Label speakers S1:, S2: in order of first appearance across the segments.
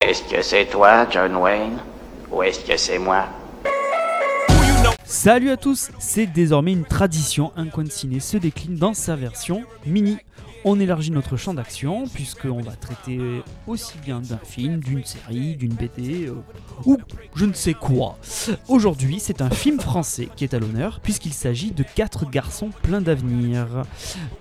S1: Est-ce que c'est toi, John Wayne Ou est-ce que c'est moi
S2: Salut à tous, c'est désormais une tradition, un coin de ciné se décline dans sa version mini. On élargit notre champ d'action puisqu'on va traiter aussi bien d'un film, d'une série, d'une BD euh, ou je ne sais quoi. Aujourd'hui c'est un film français qui est à l'honneur puisqu'il s'agit de quatre garçons pleins d'avenir.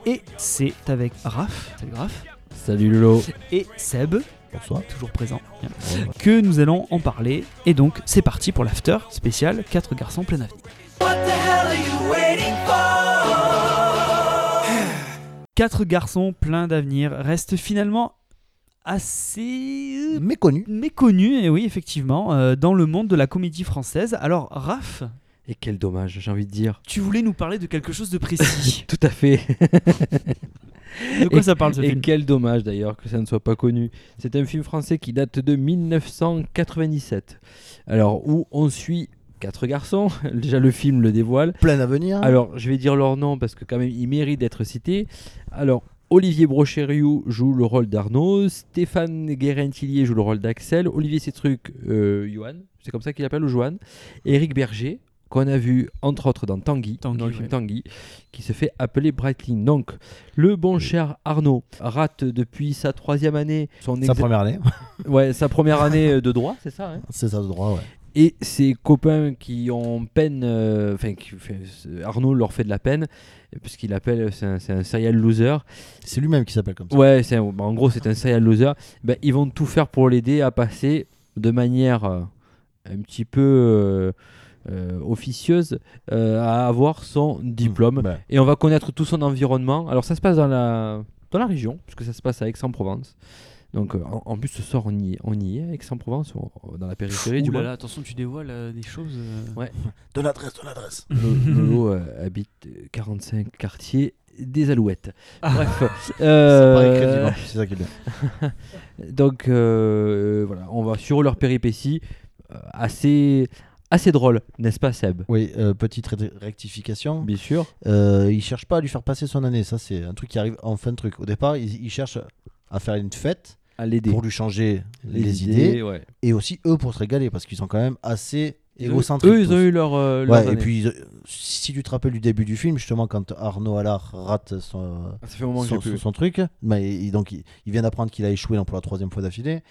S2: Et c'est avec Raph, salut Raph,
S3: Salut Lolo.
S2: et Seb,
S3: Bonsoir.
S2: toujours présent, bien, que nous allons en parler. Et donc c'est parti pour l'after spécial 4 garçons pleins d'avenir. Quatre garçons pleins d'avenir reste finalement assez euh,
S3: Méconnu.
S2: méconnu, et oui effectivement, euh, dans le monde de la comédie française. Alors Raph,
S3: Et quel dommage, j'ai envie de dire.
S2: tu voulais nous parler de quelque chose de précis.
S3: Tout à fait.
S2: De quoi ça parle ce
S3: Et
S2: film
S3: quel dommage d'ailleurs que ça ne soit pas connu. C'est un film français qui date de 1997. Alors, où on suit quatre garçons. Déjà, le film le dévoile.
S4: plein
S2: Hein.
S4: d'avenir.
S3: Alors, je vais dire leur nom parce que quand même, ils méritent d'être cités. Alors, Olivier Brochériou joue le rôle d'Arnaud, Stéphane Guérin-Tillier joue le rôle d'Axel, Olivier Cetruc, euh, Johan, c'est comme ça qu'il appelle le Johan, Eric Berger, qu'on a vu entre autres dans Tanguy,
S2: Tanguy,
S3: dans le film
S2: ouais.
S3: Tanguy, qui se fait appeler Brightling. Donc, le bon cher Arnaud rate depuis sa troisième année son
S4: Sa
S3: exa-
S4: première année,
S3: ouais, sa première année euh, de droit, c'est ça hein
S4: c'est ça de droit, ouais.
S3: et ses copains qui ont peine, euh, enfin qui- enfin, c'est- Arnaud leur fait de la peine, puisqu'il appelle, c'est un, c'est un serial loser.
S4: C'est lui-même qui s'appelle comme ça.
S3: Ouais, c'est un- bah, en gros c'est un serial loser. Ben, ils vont tout faire pour l'aider à passer de manière euh, un petit peu euh, euh, officieuse euh, à avoir son diplôme.
S4: Bah,
S3: Et on va connaître tout son environnement. Alors ça se passe dans la, dans la région, puisque ça se passe à Aix-en-Provence. Donc euh, en, en plus ce soir on y est, on y est à Aix-en-Provence, on- on- dans la périphérie du
S5: Ouh là
S3: moins.
S5: là, attention, tu dévoiles euh, des choses. euh.
S4: De l'adresse, de l'adresse.
S3: Lolo euh, habite euh, 45 quartiers des Alouettes.
S2: Ah.
S3: Bref.
S4: C'est pas
S3: euh,
S4: écrit, dis-moi, c'est ça qui est bien.
S3: donc euh, voilà, on va sur leur péripétie assez assez drôle, n'est-ce pas Seb
S4: Oui, euh, petite ré- rectification.
S3: Bien sûr.
S4: Euh, il cherche pas à lui faire passer son année. Ça, c'est un truc qui arrive en fin de truc. Au départ, il, il cherche à faire une fête
S3: À l'aider.
S4: pour lui changer les, idées,
S3: ouais.
S4: et aussi eux pour se régaler parce qu'ils sont quand même assez
S3: Eux-
S4: égocentriques.
S3: Eux, ils ont
S4: tous.
S3: eu leur. euh, leur
S4: Ouais, et
S3: année.
S4: puis, ils ont- si tu te rappelles du début du film, justement, quand Arnaud Allard rate son,
S3: Ah, ça fait un moment que j'ai
S4: son,
S3: plus.
S4: son truc, mais il- donc il, il vient d'apprendre qu'il a échoué donc, pour la troisième fois d'affilée.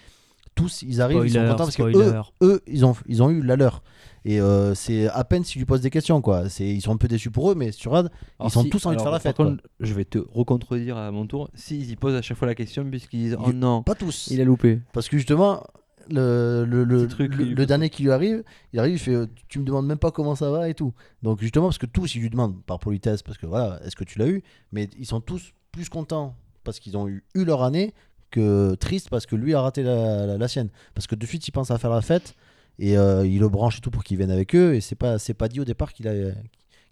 S4: Tous, ils arrivent, ils sont contents parce que eux,
S2: spoiler.
S4: eux, ils ont, ils ont eu la leur. Et euh, c'est à peine s'ils lui posent des questions, quoi. C'est- Ils sont un peu déçus pour eux, mais sur Rad,
S3: Alors,
S4: ils ont tous envie de
S3: Ah, alors,
S4: faire la
S3: par
S4: fête,
S3: contre, je vais te recontredire à mon tour. S'ils y posent à chaque fois la question, puisqu'ils disent Oh
S4: Il-
S3: non,
S4: pas tous.
S3: il a loupé.
S4: Parce que justement, le, le, le,
S3: Petit truc,
S4: le-
S3: il-
S4: le dernier qui lui arrive, il arrive, il fait euh, Tu me demandes même pas comment ça va et tout. Donc justement, parce que tous, ils lui demandent, par politesse, parce que voilà, est-ce que tu l'as eu Mais ils sont tous plus contents parce qu'ils ont eu, eu leur année que triste parce que lui a raté la, la- la sienne. Parce que de suite, il pense à faire la fête et euh, il le branche et tout pour qu'il vienne avec eux. Et c'est pas, c'est pas dit au départ qu'il a.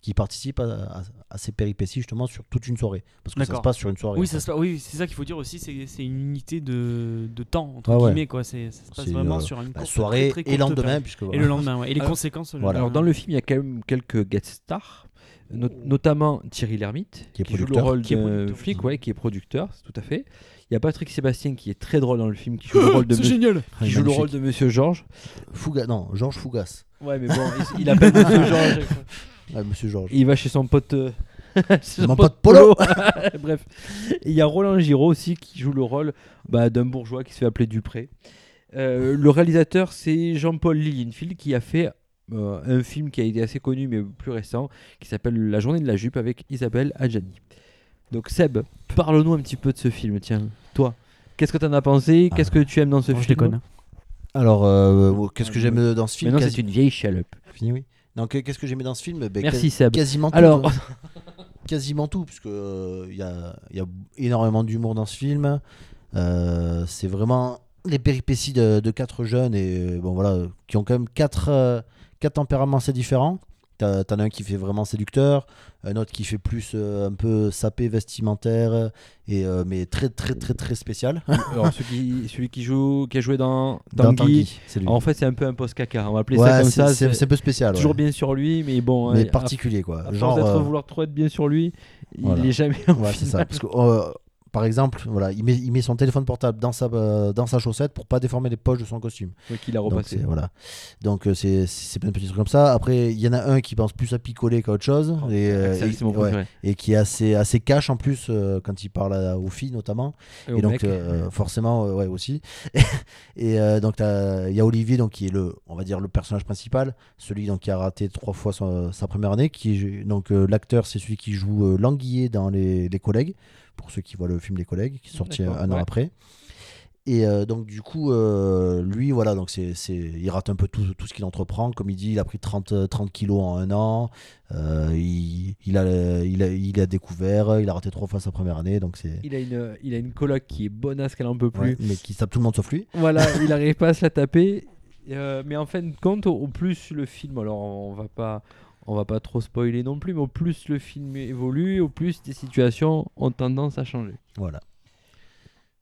S4: qu'il participe à, à- à ces péripéties justement sur toute une soirée parce que ça se
S2: D'accord.
S4: passe sur une soirée
S5: Oui, ça se passe- oui, c'est ça qu'il faut dire aussi, c'est c'est une unité de, de temps, entre
S4: Ah ouais.
S5: guillemets, quoi. c'est- Ça se passe
S4: C'est,
S5: vraiment
S4: euh,
S5: sur une
S4: Bah,
S5: courte,
S4: soirée
S5: très, très
S4: et
S5: courte
S4: lendemain
S5: période.
S4: puisque
S2: Et
S4: voilà.
S2: le lendemain, ouais. Et les
S3: Alors-
S2: conséquences. le
S4: Voilà.
S5: euh,
S2: lendemain.
S3: Alors dans le film, il y a quand même quelques guest stars, no- notamment Thierry Lhermitte,
S4: Qui est
S3: joue le
S4: producteur.
S3: rôle
S5: Qui est
S3: de
S5: producteur.
S3: flic, ouais, qui est producteur, c'est tout à fait. Il y a Patrick Sébastien qui est très drôle dans le film, qui joue le rôle de,
S5: C'est
S3: monsieur-
S5: génial
S3: qui
S4: Il est
S3: joue le
S4: magnifique.
S3: rôle de Monsieur Georges.
S4: Fouga- non Georges Fougas
S3: Ouais, mais bon, il, il appelle Monsieur Georges.
S4: Ouais, Monsieur Georges.
S3: Il va chez son pote. euh, chez
S4: Mon pote Polo.
S3: Bref, Et il y a Roland Giraud aussi qui joue le rôle bah, d'un bourgeois qui se fait appeler Dupré. Euh, le réalisateur, c'est Jean-Paul Lilienfeld qui a fait euh, un film qui a été assez connu mais plus récent qui s'appelle La journée de la jupe avec Isabelle Adjani. Donc, Seb, parle-nous un petit peu de ce film. Tiens, toi, qu'est-ce que t'en as
S4: Ah.
S3: pensé Qu'est-ce que tu aimes dans ce
S2: Non,
S3: film
S2: je
S5: hein.
S2: déconne.
S4: Alors, euh, euh,
S3: Ah,
S4: qu'est-ce que j'aime dans ce film
S3: Maintenant,
S4: quasi-
S3: c'est une vieille chalupe.
S4: Fini, oui. Donc, euh, qu'est-ce que j'aimais dans ce film Ben,
S3: Merci,
S4: quasi-
S3: Seb.
S4: Quasiment tout.
S3: Alors- oh.
S4: hein. quasiment tout, parce que euh, il y, a, il y a énormément d'humour dans ce film. Euh, c'est vraiment les péripéties de, de quatre jeunes et euh, bon voilà euh, qui ont quand même quatre, euh, quatre tempéraments assez différents. T'as- T'en as un qui fait vraiment séducteur, un autre qui fait plus euh, un peu sapé vestimentaire et euh, mais très très très très spécial.
S3: Alors, celui qui, celui qui joue, qui a joué dans
S4: Dans
S3: Tanguy,
S4: Tanguy, c'est lui.
S3: En fait, c'est un peu un post caca. On va appeler ça
S4: Ouais,
S3: comme
S4: c'est-
S3: ça.
S4: c'est c'est
S3: C'est
S4: un peu spécial. ouais.
S3: toujours bien sur lui, mais bon.
S4: mais
S3: hein,
S4: particulier quoi.
S3: à, à force
S4: Genre,
S3: d'être
S4: euh,
S3: vouloir trop être bien sur lui, il
S4: voilà.
S3: est jamais. en
S4: ouais, c'est
S3: finale.
S4: ça. Parce que, euh, par exemple, voilà, il met, il met son téléphone portable dans sa, euh, dans sa chaussette pour pas déformer les poches de son costume.
S3: Ouais, qu'il a
S4: Donc,
S3: repassé.
S4: c'est, voilà. Donc euh, c'est, c'est plein de petits trucs comme ça. Après, il y en a un qui pense plus à picoler qu'à autre chose. et, euh,
S3: Axel, Oh,
S4: et-
S3: Ah, c'est mon
S4: ouais,
S3: préféré.
S4: et qui est assez, assez cash en plus euh, quand il parle à- aux filles notamment.
S3: Et
S4: et
S3: au
S4: donc
S3: mec,
S4: euh, forcément, euh, ouais aussi. et euh, donc t'as- il y a Olivier donc qui est le, on va dire le personnage principal, celui donc qui a raté trois fois son- sa première année. Qui donc euh, l'acteur c'est celui qui joue euh, Languillet dans les, Les collègues. Pour ceux qui voient le film Les collègues, qui est sorti
S3: D'accord,
S4: un an
S3: ouais.
S4: après. Et euh, donc du coup, euh, lui, voilà, donc c'est, c'est- il rate un peu tout, tout ce qu'il entreprend. Comme il dit, il a pris 30, 30 kilos en un an. Euh, il, il a, il, a, il a découvert, il a raté trois fois sa première année, donc c'est.
S3: il, a une, il a une coloc qui est bonasse qu'elle en peut plus.
S4: Ouais, mais qui tape tout le monde sauf lui.
S3: Voilà, il arrive pas à se la taper. Euh, mais en fin de compte, au, au plus le film, alors on va pas, on va pas trop spoiler non plus, mais au plus le film évolue, au plus des situations ont tendance à changer.
S4: Voilà.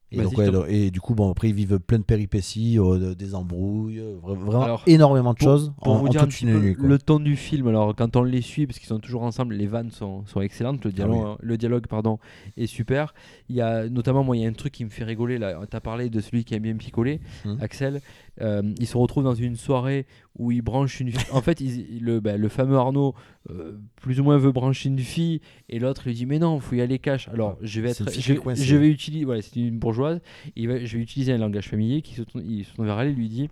S4: Et,
S3: Vas-y,
S4: donc,
S3: je
S4: ouais,
S3: t'en-
S4: donc- et du coup, bon, après, ils vivent plein de péripéties, euh, de- des embrouilles, euh, vra- vraiment
S3: Alors,
S4: énormément de
S3: pour-
S4: choses
S3: Pour
S4: en,
S3: vous
S4: en
S3: dire un
S4: toute
S3: petit
S4: une
S3: peu
S4: nuit. quoi.
S3: le ton du film, alors quand on les suit, parce qu'ils sont toujours ensemble, les vannes sont, sont excellentes, le dialogue,
S4: Ah
S3: le dialogue pardon, est super. Il y a notamment, moi, il y a un truc qui me fait rigoler. Là, t'as parlé de celui qui aime bien picoler,
S4: Mhm.
S3: Axel. Euh, il se retrouve dans une soirée où il branche une. fille. en fait, il- il- le, bah, le fameux Arnaud, euh, plus ou moins, veut brancher une fille, et l'autre lui dit mais non, faut y aller cash. Alors, je vais
S4: Ah, C'est
S3: être,
S4: une fille
S3: je,
S4: qui est coincée.
S3: je vais utiliser, voilà, c'est une bourgeoise. Il va- je vais utiliser un langage familier qui se tourne, il se tourne vers elle et lui dit.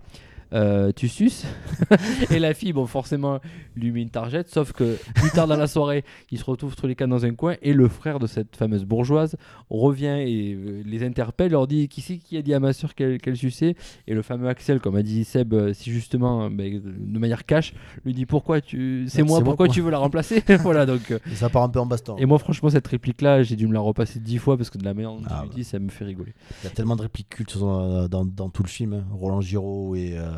S3: Euh, tu suces et la fille bon forcément lui met une targette sauf que plus tard dans la soirée ils se retrouvent tous les quatre dans un coin et le frère de cette fameuse bourgeoise revient et euh, les interpelle leur dit qui c'est qui a dit à ma soeur qu'elle qu'elle suçait et le fameux Axel comme a dit Seb euh, si justement ben, de manière cash lui dit pourquoi tu c'est
S4: Ouais,
S3: moi
S4: c'est moi,
S3: pourquoi
S4: quoi.
S3: tu veux la remplacer voilà donc euh,
S4: Et ça part un peu en baston.
S3: et moi franchement cette réplique là j'ai dû me la repasser dix fois parce que de la merde
S4: Ah,
S3: je me dis ça me fait rigoler
S4: Il y a tellement de répliques cultes dans, dans- dans tout le film. hein. Roland Giraud et euh,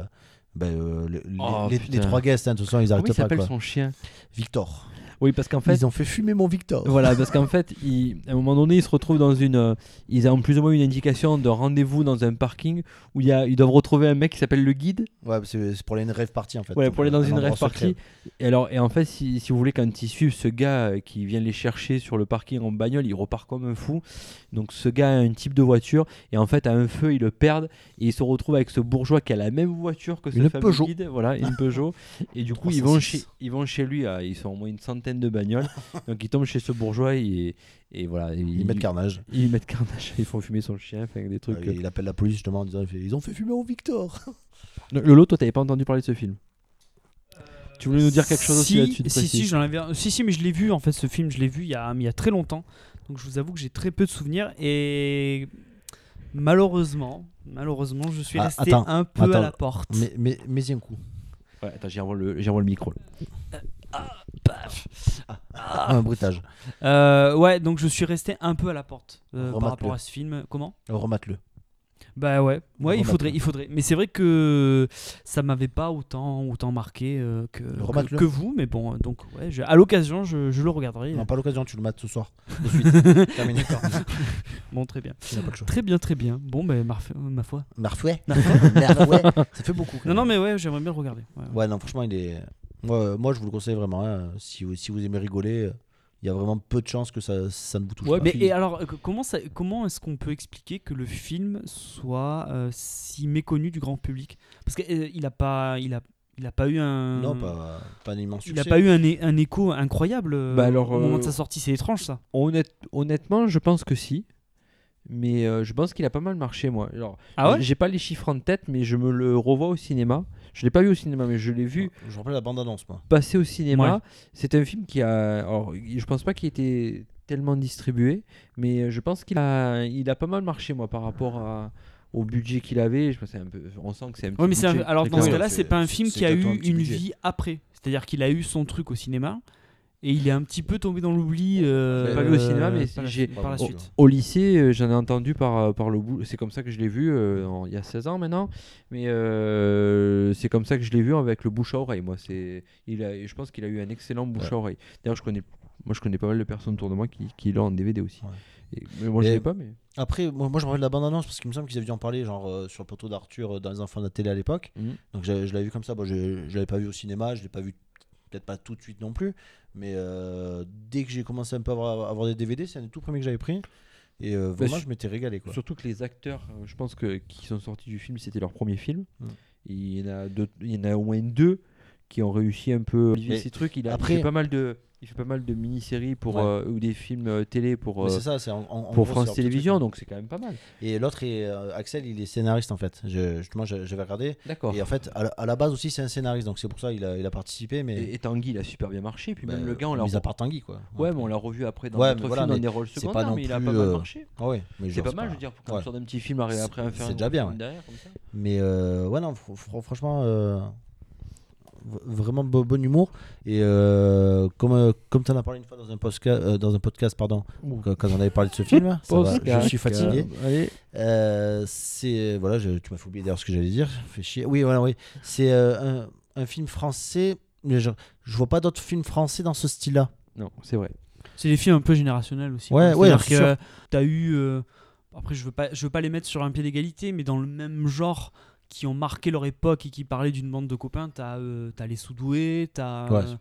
S4: ben, euh, le- les,
S3: Oh,
S4: les-
S3: putain. Ah
S4: les trois guests, hein, de toute façon, ils
S3: comment
S4: arrêtent
S3: il
S4: pas.
S3: s'appelle
S4: quoi.
S3: son chien
S4: Victor.
S3: oui parce qu'en fait
S4: Ils ont fait fumer mon Victor.
S3: Voilà, parce qu'en fait, il- à un moment donné, ils se retrouvent dans une. euh, ils ont plus ou moins une indication de rendez-vous dans un parking où il y a, ils doivent retrouver un mec qui s'appelle le guide.
S4: Ouais, c'est c'est pour aller à une rêve party en fait.
S3: Ouais, pour aller dans
S4: Un
S3: une
S4: endroit
S3: rêve
S4: secret.
S3: party. Et, alors, et en fait, si, si vous voulez, quand ils suivent ce gars euh, qui vient les chercher sur le parking en bagnole, il repart comme un fou. Donc, ce gars a un type de voiture. Et en fait, à un feu, ils le perdent. Et ils se retrouvent avec ce bourgeois qui a la même voiture que ce
S4: Une
S3: fameux
S4: Peugeot. Oh,
S3: guide. Voilà, une Peugeot. Et du coup, ils vont,
S4: 306.
S3: chez, ils vont chez lui. euh, Ils sont au moins une centaine de bagnoles. Donc, ils tombent chez ce bourgeois. Et, et voilà.
S4: Ils mettent carnage. Ah
S3: Ils mettent carnage. Ils font fumer son chien. Enfin, des trucs.
S4: Ouais, Il appelle la police justement en disant il fait, Ils ont fait fumer mon Victor.
S3: euh. Lolo, toi, t'avais pas entendu parler de ce film tu voulais nous dire quelque chose aussi
S2: si,
S3: là-dessus de
S2: si,
S3: précis
S2: si, j'en avais un- si, si, mais je l'ai vu en fait ce film, je l'ai vu il y, a, il y a très longtemps. Donc je vous avoue que j'ai très peu de souvenirs et malheureusement, malheureusement, je suis
S4: Ah,
S2: resté
S4: attends,
S2: un peu à
S4: attends.
S2: la porte.
S4: Mais, mais, mais y a un coup.
S3: Ouais, attends, j'y renvoie le, j'y renvoie le micro.
S4: Un bruitage.
S2: Euh, ouais, donc je suis resté un peu à la porte euh,
S4: Remarque-le.
S2: par rapport à ce film. Comment
S4: Remate-le.
S2: Bah ouais, ouais, il
S4: Remarque-le.
S2: faudrait, il faudrait. Mais c'est vrai que ça m'avait pas autant, autant marqué euh, que, que,
S4: Remarque-le.
S2: que vous. Mais bon, euh, donc ouais, je- à l'occasion, je, je le regarderai.
S4: Non, pas l'occasion, tu le mates ce soir. De suite. Terminé.
S2: Bon, très bien,
S4: Tu n'as pas le choix.
S2: très bien, très bien. Bon, ben marf- ma foi.
S4: Marfouet.
S2: Marfouet.
S4: Marfouet. Ça fait beaucoup. quand
S2: Non, non,
S4: même.
S2: mais ouais, j'aimerais bien le regarder. ouais.
S4: Ouais, non, franchement, il est. Moi, euh, moi, je vous le conseille vraiment. hein. Si, vous, si vous aimez rigoler, euh, il y a vraiment peu de chances que ça, ça ne vous touche
S3: Ouais,
S4: pas.
S2: Mais
S3: Puis-
S2: et alors, euh, que- comment, ça- comment est-ce qu'on peut expliquer que le film soit euh, si méconnu du grand public Parce qu'il n'a pas, il a, il a pas eu un,
S4: Non, pas, pas un immense
S2: il
S4: succès.
S2: a pas eu un, é- un écho incroyable euh,
S3: Bah alors,
S2: au moment
S3: euh,
S2: de sa sortie. C'est étrange ça.
S3: Honnête, honnêtement, je pense que si. Mais euh, je pense qu'il a pas mal marché, moi. Alors,
S2: Ah ouais
S3: J'ai pas les chiffres en tête, mais je me le revois au cinéma. Je l'ai pas vu au cinéma, mais je l'ai vu
S4: Je me rappelle la bande-annonce, moi.
S3: passer au cinéma. C'est un film qui a. Alors, je pense pas qu'il était tellement distribué, mais euh, je pense qu'il a, il a pas mal marché, moi, par rapport à- au budget qu'il avait. Je pense que c'est un peu, on sent que c'est un petit
S2: Ouais, mais c'est un-
S3: budget.
S2: alors
S3: C'est
S2: dans ce
S3: clair.
S2: cas-là,
S4: c'est-
S2: c'est pas un film
S4: c'est
S2: qui a eu
S4: plutôt un petit
S2: une
S4: budget.
S2: vie après. C'est-à-dire qu'il a eu son truc au cinéma et il est un petit peu tombé dans l'oubli. euh,
S3: Pas vu au cinéma, mais
S2: par la-
S3: j'ai-
S2: par la
S4: Oh.
S2: suite.
S3: Au lycée, euh, j'en ai entendu par, euh, par le bout. C'est comme ça que je l'ai vu euh, en- il y a 16 ans maintenant. Mais euh, c'est comme ça que je l'ai vu avec le bouche à oreille. Moi, c'est, il a, je pense qu'il a eu un excellent bouche à oreille. D'ailleurs, je connais, moi, je connais pas mal de personnes autour de moi qui, qui l'ont en DVD aussi. Et- mais moi, je
S4: Mais-
S3: l'ai pas. Mais
S4: Après, moi, moi, je me rappelle la bande-annonce parce qu'il me semble qu'ils avaient dû en parler genre, euh, sur le plateau d'Arthur euh, dans Les Enfants de la télé à l'époque.
S3: Mhm.
S4: Donc j'avais- je l'avais vu comme ça. Bon, je je l'avais pas vu au cinéma, je l'ai pas vu peut-être pas tout de suite non plus. Mais euh, dès que j'ai commencé un peu à avoir, à avoir des DVD, c'est un des tout premiers que j'avais pris. Et euh, vraiment,
S3: Bah, sur-
S4: je m'étais régalé. Quoi.
S3: Surtout que les acteurs, euh, je pense que qui sont sortis du film, c'était leur premier film.
S4: Mm.
S3: Il, y en a deux- il y en a au moins deux qui ont réussi un peu
S4: Mais
S3: Olivier, ces trucs. Il a il
S4: après-
S3: fait pas mal de, il fait pas mal de mini-séries pour
S4: Ouais.
S3: euh, ou des films euh, télé pour
S4: Mais
S3: euh,
S4: c'est ça, c'est en, en- en gros,
S3: pour
S4: c'est
S3: France
S4: leur petit
S3: Télévisions,
S4: truc.
S3: donc c'est quand même pas mal.
S4: Et l'autre, est, euh, Axel, il est scénariste en fait. Je, justement, je- j'avais regardé.
S3: D'accord.
S4: Et en fait, à la, à la base aussi, c'est un scénariste, donc c'est pour ça il a, il a participé. Mais
S3: Et, et Tanguy, il a super bien marché. Puis
S4: euh, bah,
S3: même le gars, on l'a.
S4: mis à part Tanguy, quoi.
S3: Ouais, mais on l'a revu après dans
S4: Ouais,
S3: d'autres
S4: mais voilà,
S3: films,
S4: mais
S3: dans des rôles
S4: c'est pas
S3: secondaires,
S4: non
S3: mais il a
S4: plus,
S3: pas mal
S4: euh,
S3: marché.
S4: Ah ouais, mais
S3: C'est
S4: genre,
S3: pas mal, je veux dire, pour qu'on
S4: ouais.
S3: sorte d'un petit film après
S4: C'est-
S3: après un
S4: c'est
S3: faire un
S4: déjà bien,
S3: film
S4: ouais.
S3: derrière, comme ça.
S4: Mais euh, ouais, non, fr- fr- franchement, euh, v- vraiment bo- bon humour. Et euh, comme, euh, comme tu en as parlé une fois dans un, postca- euh, dans un podcast, pardon,
S3: Ouh.
S4: quand quand on avait parlé de ce film, ça va, je suis fatigué.
S3: Allez.
S4: Euh, c'est voilà, je- tu m'as fait oublier d'ailleurs ce que j'allais dire. Fais chier. Oui, voilà, oui. C'est euh, un, un film français. Mais je, je vois pas d'autres films français dans ce style-là.
S3: Non, c'est vrai.
S2: C'est des films un peu générationnels aussi.
S4: Ouais,
S2: quoi.
S4: ouais,
S2: C'est-à-dire
S4: c'est sûr.
S2: que t'as eu. euh, après, je veux pas, je veux pas les mettre sur un pied d'égalité, mais dans le même genre qui ont marqué leur époque et qui parlaient d'une bande de copains, t'as euh, t'as les Soudoués, t'as.
S4: Ouais.
S2: euh,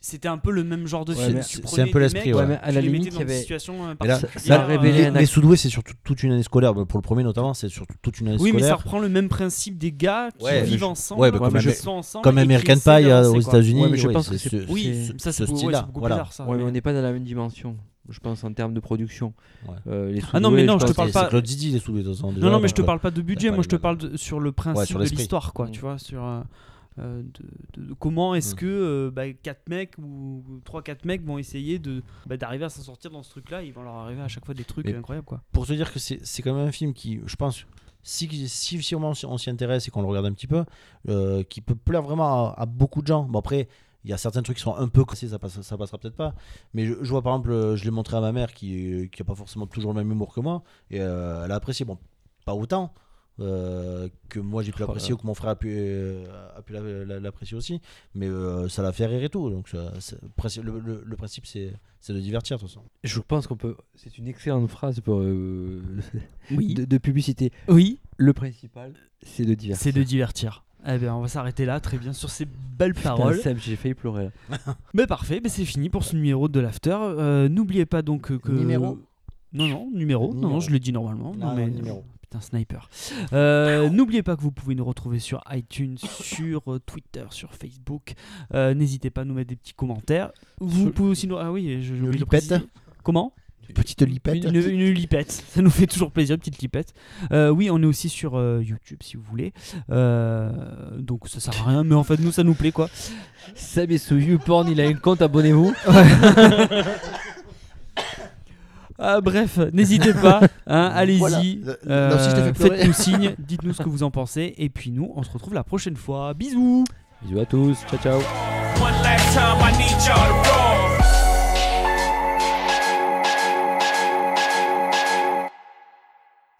S2: c'était un peu le même genre de
S3: Ouais,
S2: film.
S3: mais
S2: Tu
S4: c'est
S2: prenais
S4: un peu
S2: des
S4: l'esprit,
S2: mecs,
S4: ouais.
S2: tu
S3: Ouais, mais à la
S2: les
S3: limite,
S2: mettais dans
S3: il y
S2: des
S3: avait-
S2: situations, euh,
S4: Mais là,
S3: Ça,
S2: particulières,
S3: ça a
S2: euh,
S3: révélé
S4: Les,
S3: un
S4: les Sous-doués, c'est surtout toute une année scolaire. Bah, Pour le premier, notamment, c'est surtout toute une année
S2: Oui, mais ça
S4: scolaire.
S2: reprend le même principe des gars qui
S4: Ouais, mais
S2: vivent
S4: je-
S2: ensemble,
S4: ouais, bah, comme
S2: qui
S4: Ameri-
S2: sont ensemble
S4: Comme
S2: et qui
S4: American Pie
S2: essaient
S4: euh,
S2: d'avancer,
S4: aux
S2: quoi.
S4: États-Unis.
S3: Ouais, mais je pense que
S4: c'est
S3: c'est-
S4: ce-
S2: Oui,
S4: ce-
S2: ça
S4: ce
S2: c'est beaucoup, ouais,
S4: style-là.
S2: c'est beaucoup
S4: Voilà.
S2: plus tard ça.
S3: Ouais, mais
S2: mais-
S3: on n'est pas dans la même dimension, je pense, en termes de production.
S4: Ouais.
S3: Euh, les
S2: Ah non, mais
S3: Soudoués,
S2: non, je te
S3: pense
S2: parle
S4: C'est-
S2: pas-
S4: C'est Claude Didi, les Sous-doués. de toute façon, déjà,
S2: Non, non, mais
S4: donc,
S2: je te
S4: euh,
S2: parle pas de budget,
S4: pas
S2: moi
S4: les
S2: je te
S4: mêmes.
S2: parle de- sur le
S4: Ouais,
S2: principe
S4: sur
S2: de
S4: l'esprit.
S2: l'histoire, quoi,
S3: Mm.
S2: tu vois, sur euh, euh, de, de- de comment est-ce
S4: Mm.
S2: que euh, bah, quatre mecs ou 3-4 mecs vont essayer de bah, d'arriver à s'en sortir dans ce truc-là, ils vont leur arriver à chaque fois des trucs
S4: Mais-
S2: incroyables, quoi.
S4: Pour te dire que c'est c'est quand même un film qui, je pense, si, si, si on s'y- on s'y intéresse et qu'on le regarde un petit peu, euh, qui peut plaire vraiment à, à beaucoup de gens. Bon, après, il y a certains trucs qui sont un peu cassés, ça, passe- ça passera peut-être pas. Mais je, je vois par exemple, euh, je l'ai montré à ma mère qui n'a pas forcément toujours le même humour que moi. Et euh, elle a apprécié, bon, pas autant. euh, que moi j'ai pu
S3: Oh là
S4: l'apprécier ou que mon frère a pu, euh, a pu la- la- l'apprécier aussi mais euh, ça l'a fait rire et tout donc ça- ça- princi- le, le- le principe c'est c'est de divertir de toute façon
S3: Je pense qu'on peut. C'est une excellente phrase pour, euh,
S2: Oui,
S3: de, de publicité.
S2: oui,
S3: Le principal, c'est de divertir.
S2: c'est de divertir. Eh bien, on va s'arrêter là, très bien, sur ces belles
S3: Putain,
S2: paroles.
S3: Sam, j'ai failli pleurer. là.
S2: Mais parfait, mais c'est fini pour ce numéro de l'after. Euh, N'oubliez pas donc que. que-
S4: Numéro.
S2: Non, non, numéro. Non, non,
S4: Numéro.
S2: je l'ai dit normalement.
S4: Non,
S2: mais...
S4: non, numéro.
S2: Putain, sniper. Euh, N'oubliez pas que vous pouvez nous retrouver sur iTunes, sur euh, Twitter, sur Facebook. Euh, N'hésitez pas à nous mettre des petits commentaires. Vous
S3: Sur-
S2: pouvez aussi nous. Ah oui, je- j'ai oublié de le
S4: lipette.
S2: préciser. Comment
S4: petite lipette
S2: une, une lipette. Ça nous fait toujours plaisir, une petite lipette. Euh, oui, on est aussi sur euh, YouTube si vous voulez. Euh, donc ça sert à rien, mais en fait, nous, ça nous plaît quoi.
S3: Sam est sous YouPorn, il a un compte, abonnez-vous.
S2: Ah, bref, n'hésitez pas, hein, allez-y. euh,
S4: Voilà. Là- là aussi, je t'ai fait pleurer.
S2: Faites-nous signe, dites-nous ce que vous en pensez, et puis nous, on se retrouve la prochaine fois. Bisous
S3: Bisous à tous, ciao ciao.
S6: One last time, I need y'all to